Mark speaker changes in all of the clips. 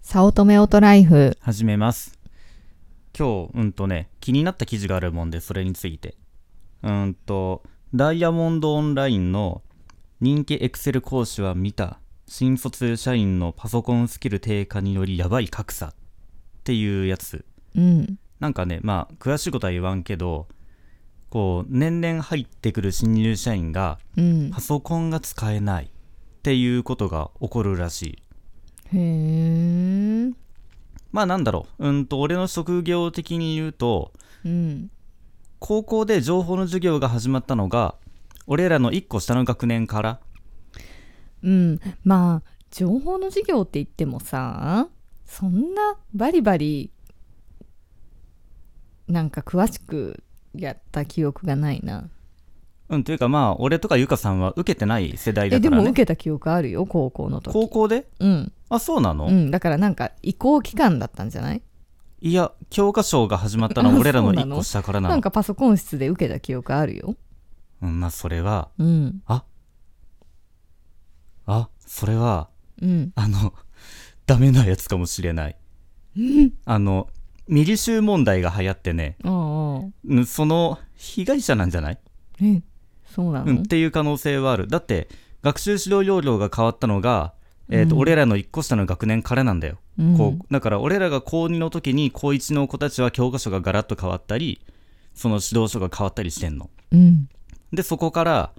Speaker 1: 早乙女オートライフ。
Speaker 2: 始めます今日うんとね気になった記事があるもんでそれについてうんとダイヤモンドオンラインの人気エクセル講師は見た新卒社員のパソコンスキル低下によりやばい格差っていうやつ
Speaker 1: うん。
Speaker 2: なんかねまあ詳しいことは言わんけどこう年々入ってくる新入社員が
Speaker 1: うん。
Speaker 2: パソコンが使えないっていうことが起こるらしい
Speaker 1: へー。
Speaker 2: まあなんだろううんと俺の職業的に言うと
Speaker 1: うん。
Speaker 2: 高校で情報の授業が始まったのが俺らの1個下の学年から
Speaker 1: うん。まあ、情報の授業って言ってもさ、そんなバリバリ、なんか詳しくやった記憶がないな。
Speaker 2: うんというかまあ俺とかゆかさんは受けてない世代
Speaker 1: え、
Speaker 2: だ
Speaker 1: で
Speaker 2: か
Speaker 1: も
Speaker 2: ら
Speaker 1: 受
Speaker 2: ね
Speaker 1: けた記憶あるよ、高校の時。
Speaker 2: 高校で
Speaker 1: うん。
Speaker 2: あそうなの、
Speaker 1: うん。だからなんか移行期間だったんじゃない
Speaker 2: いや教科書が始まったのは俺らの1個下からなの
Speaker 1: なんかパソコン室で受けた記憶あるよ。
Speaker 2: うん、まあそれは
Speaker 1: うん。
Speaker 2: あそれは
Speaker 1: うん。
Speaker 2: あのダメなやつかもしれないあのミリ集問題が流行ってね
Speaker 1: ああ。
Speaker 2: うんその被害者なんじゃない、
Speaker 1: え、そうな
Speaker 2: う
Speaker 1: の、
Speaker 2: ん、っていう可能性はあるだって学習指導要領が変わったのが、えーと
Speaker 1: うん
Speaker 2: 俺らの1個下の学年からなんだよ
Speaker 1: うん
Speaker 2: こうだから俺らが高2の時に高1の子たちは教科書がガラッと変わったりその指導書が変わったりしてんの
Speaker 1: うん。
Speaker 2: でそこから、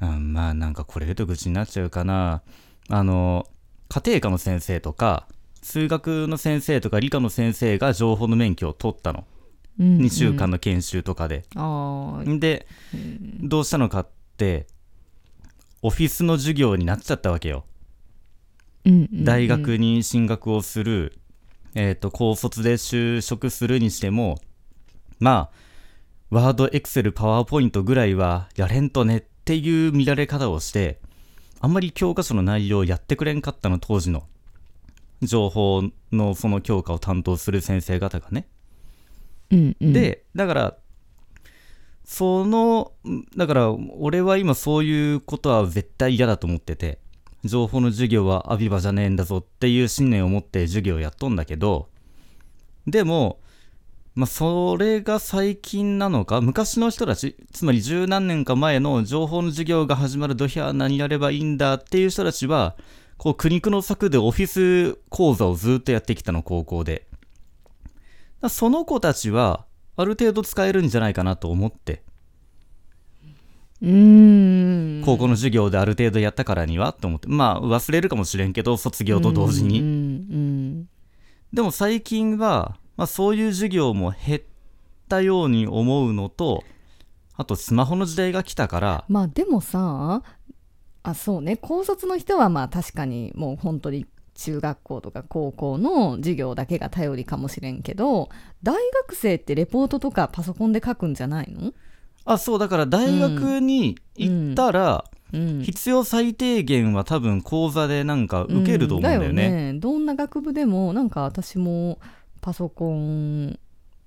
Speaker 2: うん、まあなんかこれ言うと愚痴になっちゃうかなあの家庭科の先生とか数学の先生とか理科の先生が情報の免許を取ったの
Speaker 1: うん
Speaker 2: 2週間の研修とかで、
Speaker 1: ああ、
Speaker 2: でどうしたのかってオフィスの授業になっちゃったわけよ
Speaker 1: うんうん
Speaker 2: 大学に進学をする、えー、と高卒で就職するにしてもまあワードエクセルパワーポイントぐらいはやれんとねっていう見られ方をしてあんまり教科書の内容をやってくれんかったの当時の情報のその教科を担当する先生方がね、
Speaker 1: うんうん、
Speaker 2: でだからそのんだから俺は今そういうことは絶対嫌だと思ってて情報の授業はアビバじゃねえんだぞっていう信念を持って授業をやっとんだけどでも、まあ、それが最近なのか昔の人たちつまり十何年か前の情報の授業が始まるドヒャー何やればいいんだっていう人たちはこう苦肉の策でオフィス講座をずっとやってきたの高校で。だからその子たちはある程度使えるんじゃないかなと思って、
Speaker 1: うーん、
Speaker 2: 高校の授業である程度やったからにはと思ってまあ忘れるかもしれんけど卒業と同時に、
Speaker 1: うんうん
Speaker 2: でも最近は、まあ、そういう授業も減ったように思うのとあとスマホの時代が来たから
Speaker 1: まあでもさあそうね高卒の人はまあ確かにもう本当に中学校とか高校の授業だけが頼りかもしれんけど大学生ってレポートとかパソコンで書くんじゃないの、
Speaker 2: あそうだから大学に行ったら、
Speaker 1: うん、
Speaker 2: 必要最低限は多分講座でなんか受けると思うんだよね,、
Speaker 1: うんどんな学部でもなんか私もパソコン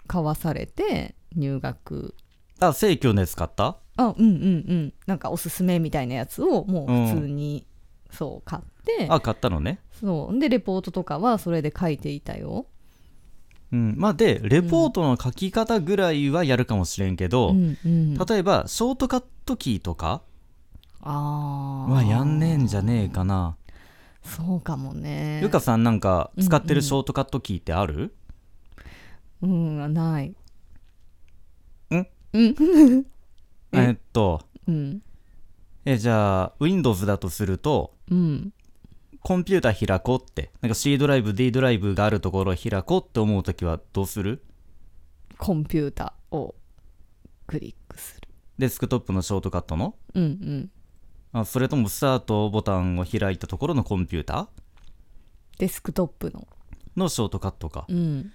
Speaker 1: 買わされて入学
Speaker 2: あ正教のやつ買った
Speaker 1: あうんうんうんなんかおすすめみたいなやつをもう普通に、そう買って
Speaker 2: あ買ったのね
Speaker 1: そうでレポートとかはそれで書いていたよ。
Speaker 2: うん、まあでレポートの書き方ぐらいはやるかもしれんけど、
Speaker 1: うんうん、
Speaker 2: 例えばショートカットキーとか
Speaker 1: あー
Speaker 2: はやんねえんじゃねえかな
Speaker 1: そうかもね。
Speaker 2: ゆかさんなんか使ってるショートカットキーってある、
Speaker 1: うんない。うん
Speaker 2: えっと
Speaker 1: うん
Speaker 2: えじゃあ Windows だとすると
Speaker 1: うん
Speaker 2: コンピューター開こうってなんか C ドライブ D ドライブがあるところを開こうって思う時はどうする
Speaker 1: コンピューターをクリックする。
Speaker 2: デスクトップのショートカットの
Speaker 1: うんうん。
Speaker 2: あそれともスタートボタンを開いたところのコンピューター
Speaker 1: デスクトップの。
Speaker 2: のショートカットか、
Speaker 1: うん、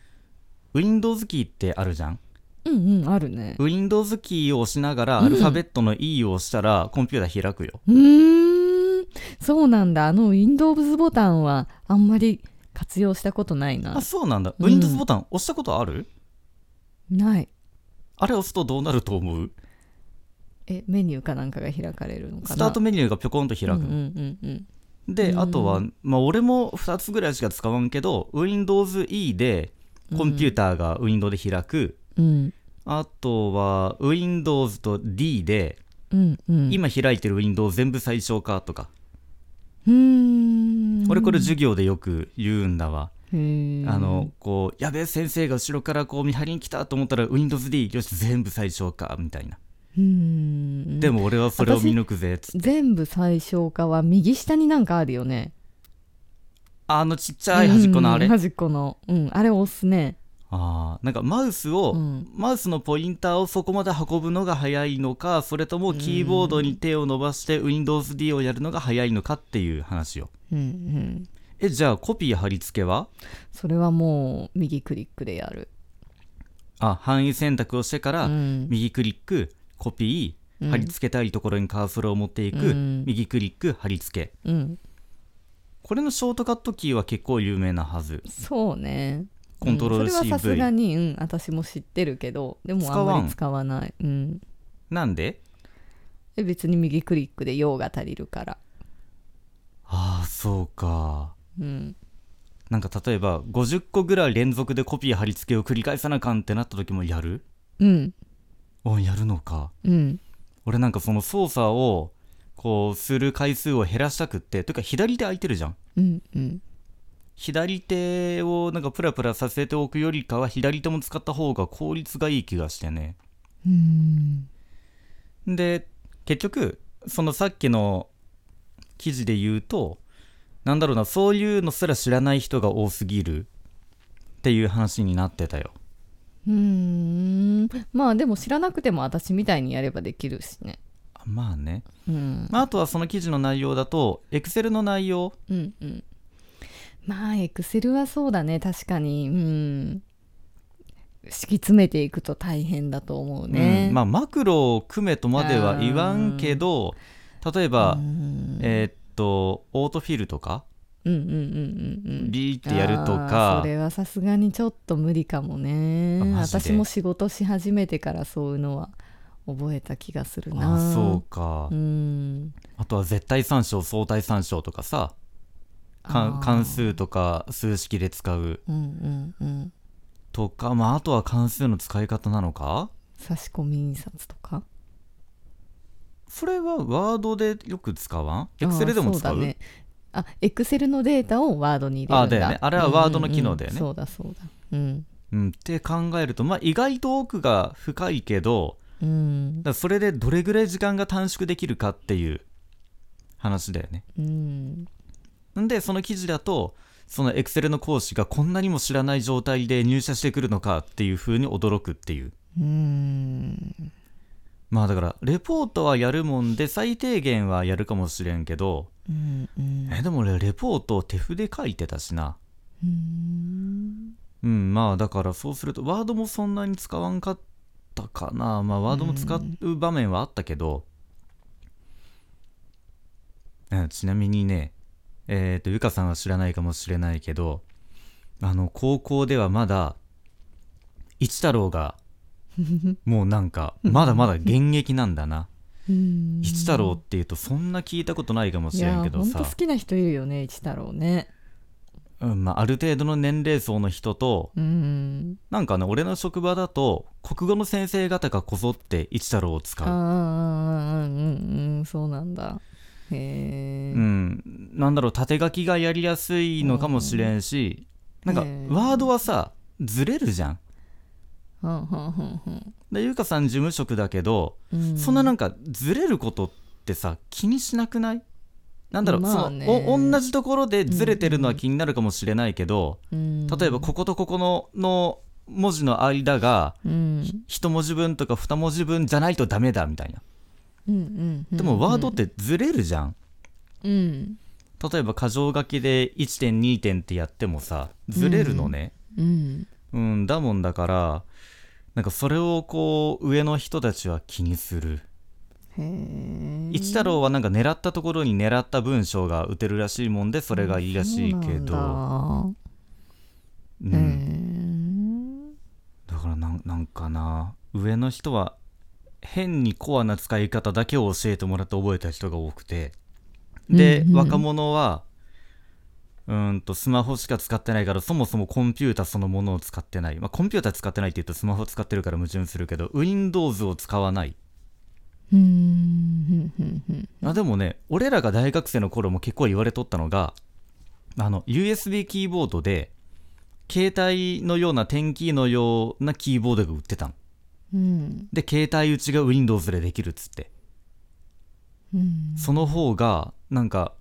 Speaker 2: Windows キーってあるじゃん
Speaker 1: うんうんあるね。
Speaker 2: Windows キーを押しながらアルファベットの E を押したらコンピューター開くよ。
Speaker 1: うーんそうなんだあの Windows ボタンはあんまり活用したことないな
Speaker 2: あ、そうなんだ。
Speaker 1: うん
Speaker 2: Windows ボタン押したことある
Speaker 1: ない
Speaker 2: あれ押すとどうなると思う
Speaker 1: えメニューかなんかが開かれるのかな
Speaker 2: スタートメニューがぴょこんと開く。
Speaker 1: うんうんうんうん
Speaker 2: で、
Speaker 1: うん
Speaker 2: あとは、まあ、俺も2つぐらいしか使わんけど WindowsE でコンピューターが Windows で開く、
Speaker 1: うん
Speaker 2: あとは Windows と D で
Speaker 1: うんうん
Speaker 2: 今開いてる Windows 全部最小化とか、
Speaker 1: うーん
Speaker 2: 俺これ授業でよく言うんだわ、
Speaker 1: へー
Speaker 2: あのこうやべえ先生が後ろからこう見張りに来たと思ったら WindowsD よし全部最小化みたいな、
Speaker 1: うーん
Speaker 2: でも俺はそれを見抜くぜつって
Speaker 1: 全部最小化は右下になんかあるよね
Speaker 2: あのちっちゃい端っこのあれ、
Speaker 1: うん
Speaker 2: あ
Speaker 1: 端っこのうんあれ押すね
Speaker 2: あーなんかマウスを、
Speaker 1: うん
Speaker 2: マウスのポインターをそこまで運ぶのが早いのかそれともキーボードに手を伸ばして WindowsD をやるのが早いのかっていう話を
Speaker 1: うんうん
Speaker 2: えじゃあコピー貼り付けは
Speaker 1: それはもう右クリックでやる
Speaker 2: あ範囲選択をしてから、
Speaker 1: うん
Speaker 2: 右クリックコピー貼り付けたいところにカーソルを持っていく、
Speaker 1: うん
Speaker 2: 右クリック貼り付け
Speaker 1: うん
Speaker 2: これのショートカットキーは結構有名なはず
Speaker 1: そうね
Speaker 2: コントロール
Speaker 1: うんそれはさす
Speaker 2: CV、
Speaker 1: がにうん私も知ってるけどでもあんまり使わないうん
Speaker 2: なんで
Speaker 1: え別に右クリックで用が足りるから
Speaker 2: ああそうか
Speaker 1: うん
Speaker 2: なんか例えば50個ぐらい連続でコピー貼り付けを繰り返さなあかんってなった時もやる
Speaker 1: うん
Speaker 2: おやるのか
Speaker 1: うん
Speaker 2: 俺なんかその操作をこうする回数を減らしたくってというか左手空いてるじゃん
Speaker 1: うんうん
Speaker 2: 左手をなんかプラプラさせておくよりかは左手も使った方が効率がいい気がしてね
Speaker 1: うん
Speaker 2: で結局そのさっきの記事で言うとなんだろうなそういうのすら知らない人が多すぎるっていう話になってたよ
Speaker 1: うーんまあでも知らなくても私みたいにやればできるしね
Speaker 2: あまあね、
Speaker 1: うん
Speaker 2: まあ、あとはその記事の内容だと Excel の内容
Speaker 1: うんうんまあエクセルはそうだね確かにうん敷き詰めていくと大変だと思うね、
Speaker 2: うんまあ、マクロを組めとまでは言わんけど例えば、
Speaker 1: うん
Speaker 2: えーっとオートフィルとか
Speaker 1: うんうんうんうんうん
Speaker 2: リーってやると
Speaker 1: あー
Speaker 2: か
Speaker 1: それはさすがにちょっと無理かもね
Speaker 2: あマジで
Speaker 1: 私も仕事し始めてからそういうのは覚えた気がするな
Speaker 2: あそうか、
Speaker 1: うん
Speaker 2: あとは絶対参照相対参照とかさ関
Speaker 1: あー
Speaker 2: 関数とか数式で使う
Speaker 1: うんうんうん
Speaker 2: とか、まあ、あとは関数の使い方なのか
Speaker 1: 差し込み印刷とか
Speaker 2: それはワードでよく使わんエ
Speaker 1: あ
Speaker 2: ク
Speaker 1: ー
Speaker 2: セルでも使
Speaker 1: そううだねあエクセルのデータをワードに入れるんだ
Speaker 2: あだよねあれはワードの機能だよね
Speaker 1: うんうんうんそうだそうだうん
Speaker 2: うん、って考えると、まあ、意外と奥が深いけど
Speaker 1: うん
Speaker 2: だからそれでどれぐらい時間が短縮できるかっていう話だよね
Speaker 1: うん
Speaker 2: んでその記事だとそのエクセルの講師がこんなにも知らない状態で入社してくるのかっていう風に驚くっていう
Speaker 1: うん
Speaker 2: まあだからレポートはやるもんで最低限はやるかもしれんけど
Speaker 1: うんうん
Speaker 2: えでも俺レポートを手筆書いてたしな
Speaker 1: うん
Speaker 2: うんまあだからそうするとワードもそんなに使わんかったかなまあワードも使う場面はあったけど、うんちなみにねえっ、とゆかさんは知らないかもしれないけどあの高校ではまだ一太郎がもうなんかまだまだ現役なんだな
Speaker 1: うん
Speaker 2: 一太郎っていうとそんな聞いたことないかも
Speaker 1: い
Speaker 2: しれ
Speaker 1: や
Speaker 2: んけ
Speaker 1: ー
Speaker 2: ど
Speaker 1: ほんと
Speaker 2: さ
Speaker 1: 好、きな人いるよね一太郎ね
Speaker 2: うんまあ、ある程度の年齢層の人と
Speaker 1: うん
Speaker 2: なんかね俺の職場だと国語の先生方がこぞって一太郎を
Speaker 1: あ
Speaker 2: 使う、
Speaker 1: あうんうんうんそうなんだへえ
Speaker 2: うん、なんだろう縦書きがやりやすいのかもしれん
Speaker 1: う
Speaker 2: し、
Speaker 1: ん
Speaker 2: なんか
Speaker 1: へえ
Speaker 2: ワードはさずれるじゃん
Speaker 1: はんはんはんはん
Speaker 2: でゆうかさん事務職だけど、
Speaker 1: うん
Speaker 2: そんななんかずれることってさ気にしなくないなんだろう、
Speaker 1: まあね
Speaker 2: そのお同じところでずれてるのは気になるかもしれないけど、
Speaker 1: うん
Speaker 2: 例えばこことここのの文字の間が
Speaker 1: うん
Speaker 2: 一文字分とか二文字分じゃないとダメだみたいな
Speaker 1: うんうんうん
Speaker 2: でもワードってずれるじゃん
Speaker 1: うん
Speaker 2: 例えば箇条書きで1点2点ってやってもさずれるのね
Speaker 1: うん
Speaker 2: うん、だもんだからなんかそれをこう上の人たちは気にする
Speaker 1: へえ
Speaker 2: 一太郎はなんか狙ったところに狙った文章が打てるらしいもんでそれがいいらしいけど
Speaker 1: そう
Speaker 2: う
Speaker 1: なんん
Speaker 2: だからなんなんかな上の人は変にコアな使い方だけを教えてもらって覚えた人が多くてで、
Speaker 1: うんうん
Speaker 2: 若者はうーんとスマホしか使ってないからそもそもコンピュータそのものを使ってない、まあ、コンピュータ使ってないって言うとスマホ使ってるから矛盾するけど Windows を使わない
Speaker 1: うんうんうんうん
Speaker 2: あでもね俺らが大学生の頃も結構言われとったのがあの USB キーボードで携帯のような点キーのようなキーボードが売ってたの
Speaker 1: うん
Speaker 2: で携帯打ちが Windows でできるっつって
Speaker 1: うん
Speaker 2: その方がなんか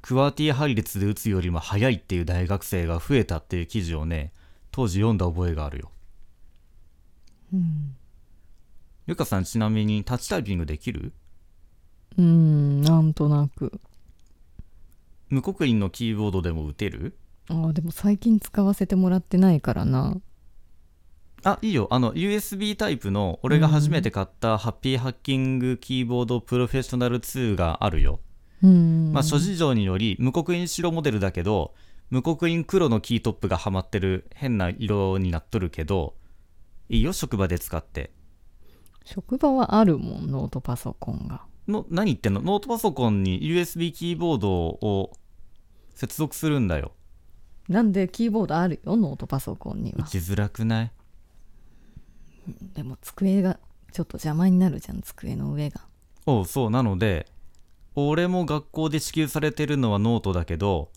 Speaker 2: クワーティ配列で打つよりも早いっていう大学生が増えたっていう記事をね当時読んだ覚えがあるよ
Speaker 1: うん
Speaker 2: ゆかさんちなみにタッチタイピングできる
Speaker 1: うんなんとなく
Speaker 2: 無刻印のキーボードでも打てる
Speaker 1: ああでも最近使わせてもらってないからな
Speaker 2: あいいよあの USB タイプの俺が初めて買ったハッピーハッキングキーボードプロフェッショナル2があるよ、
Speaker 1: うん
Speaker 2: まあ諸事情により無刻印白モデルだけど無刻印黒のキートップがはまってる変な色になっとるけどいいよ職場で使って
Speaker 1: 職場はあるもんノートパソコンが
Speaker 2: の何言ってんのノートパソコンに USB キーボードを接続するんだよ
Speaker 1: なんでキーボードあるよノートパソコンに
Speaker 2: 打
Speaker 1: は
Speaker 2: ちづらくない
Speaker 1: でも机がちょっと邪魔になるじゃん机の上が
Speaker 2: おうそうなので俺も学校で支給されてるのはノートだけど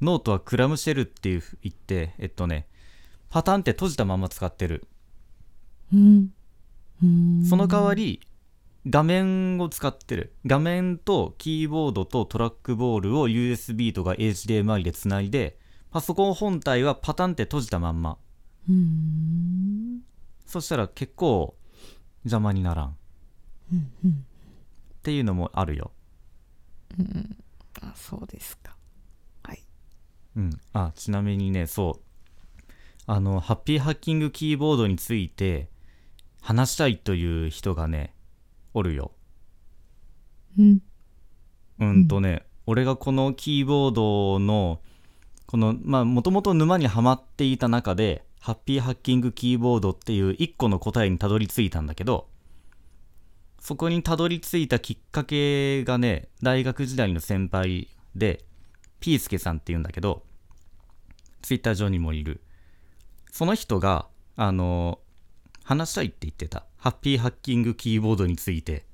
Speaker 2: ノートはクラムシェルっていう言ってえっとねパタンって閉じたまま使ってる
Speaker 1: うんうん
Speaker 2: その代わり画面を使ってる画面とキーボードとトラックボールを USB とか HDMI でつないでパソコン本体はパタンって閉じたまんま
Speaker 1: うん
Speaker 2: そしたら結構邪魔にならん。っていうのもあるよ。
Speaker 1: あそうですかはい
Speaker 2: うん。あ、ちなみにね、そう。あの、ハッピーハッキングキーボードについて話したいという人がね、おるよ。
Speaker 1: うん
Speaker 2: うんとね、俺がこのキーボードの、この、まあ、もともと沼にはまっていた中で、ハッピーハッキングキーボードっていう一個の答えにたどり着いたんだけど、そこにたどり着いたきっかけがね、大学時代の先輩で、ピースケさんっていうんだけど、ツイッター上にもいる。その人が、あの、話したいって言ってた。ハッピーハッキングキーボードについて。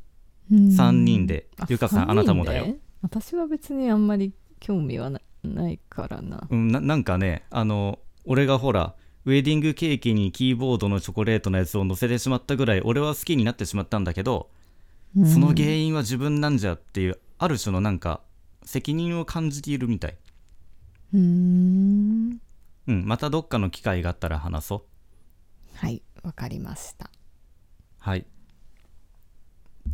Speaker 2: 三人でゆかさん
Speaker 1: 三人で
Speaker 2: あなたもだよ
Speaker 1: 私は別にあんまり興味はなないからな
Speaker 2: うん、ななんかねあの俺がほらウェディングケーキにキーボードのチョコレートのやつを乗せてしまったぐらい俺は好きになってしまったんだけど、その原因は自分なんじゃっていうある種のなんか責任を感じているみたい、
Speaker 1: うんうん
Speaker 2: うん、またどっかの機会があったら話そう
Speaker 1: はいわかりました
Speaker 2: はい